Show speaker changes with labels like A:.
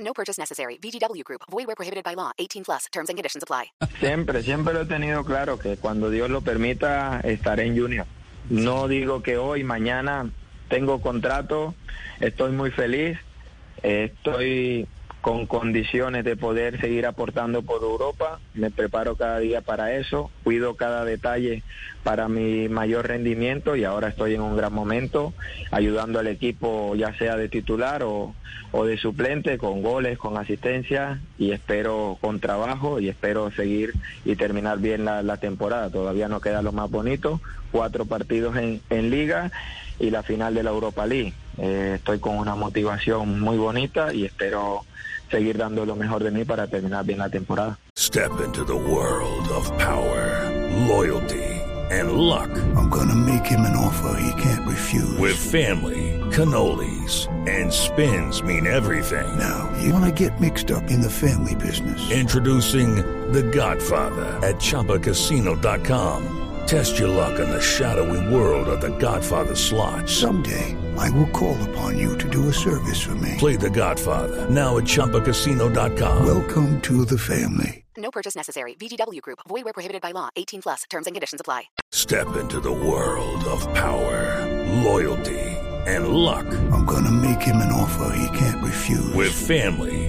A: No purchase necessary. VGW Group. Void where prohibited by law. 18 plus. Terms and conditions apply.
B: Siempre, siempre lo he tenido claro que cuando Dios lo permita estaré en Junior. No digo que hoy, mañana tengo contrato, estoy muy feliz, eh, estoy con condiciones de poder seguir aportando por Europa, me preparo cada día para eso, cuido cada detalle para mi mayor rendimiento y ahora estoy en un gran momento ayudando al equipo ya sea de titular o, o de suplente con goles, con asistencia y espero con trabajo y espero seguir y terminar bien la, la temporada, todavía no queda lo más bonito, cuatro partidos en, en liga y la final de la Europa League. Eh, estoy con una motivación muy bonita y espero seguir dando lo mejor de mí para terminar bien la temporada.
C: Step into the world of power, loyalty, and luck.
D: I'm gonna make him an offer he can't refuse.
C: With family, cannolis, and spins mean everything.
D: Now, you wanna get mixed up in the family business.
C: Introducing The Godfather at ChumbaCasino.com. Test your luck in the shadowy world of the Godfather slot.
D: Someday, I will call upon you to do a service for me.
C: Play the Godfather, now at Chumpacasino.com.
D: Welcome to the family.
A: No purchase necessary. VGW Group. Void where prohibited by law. 18 plus. Terms and conditions apply.
C: Step into the world of power, loyalty, and luck.
D: I'm gonna make him an offer he can't refuse.
C: With family,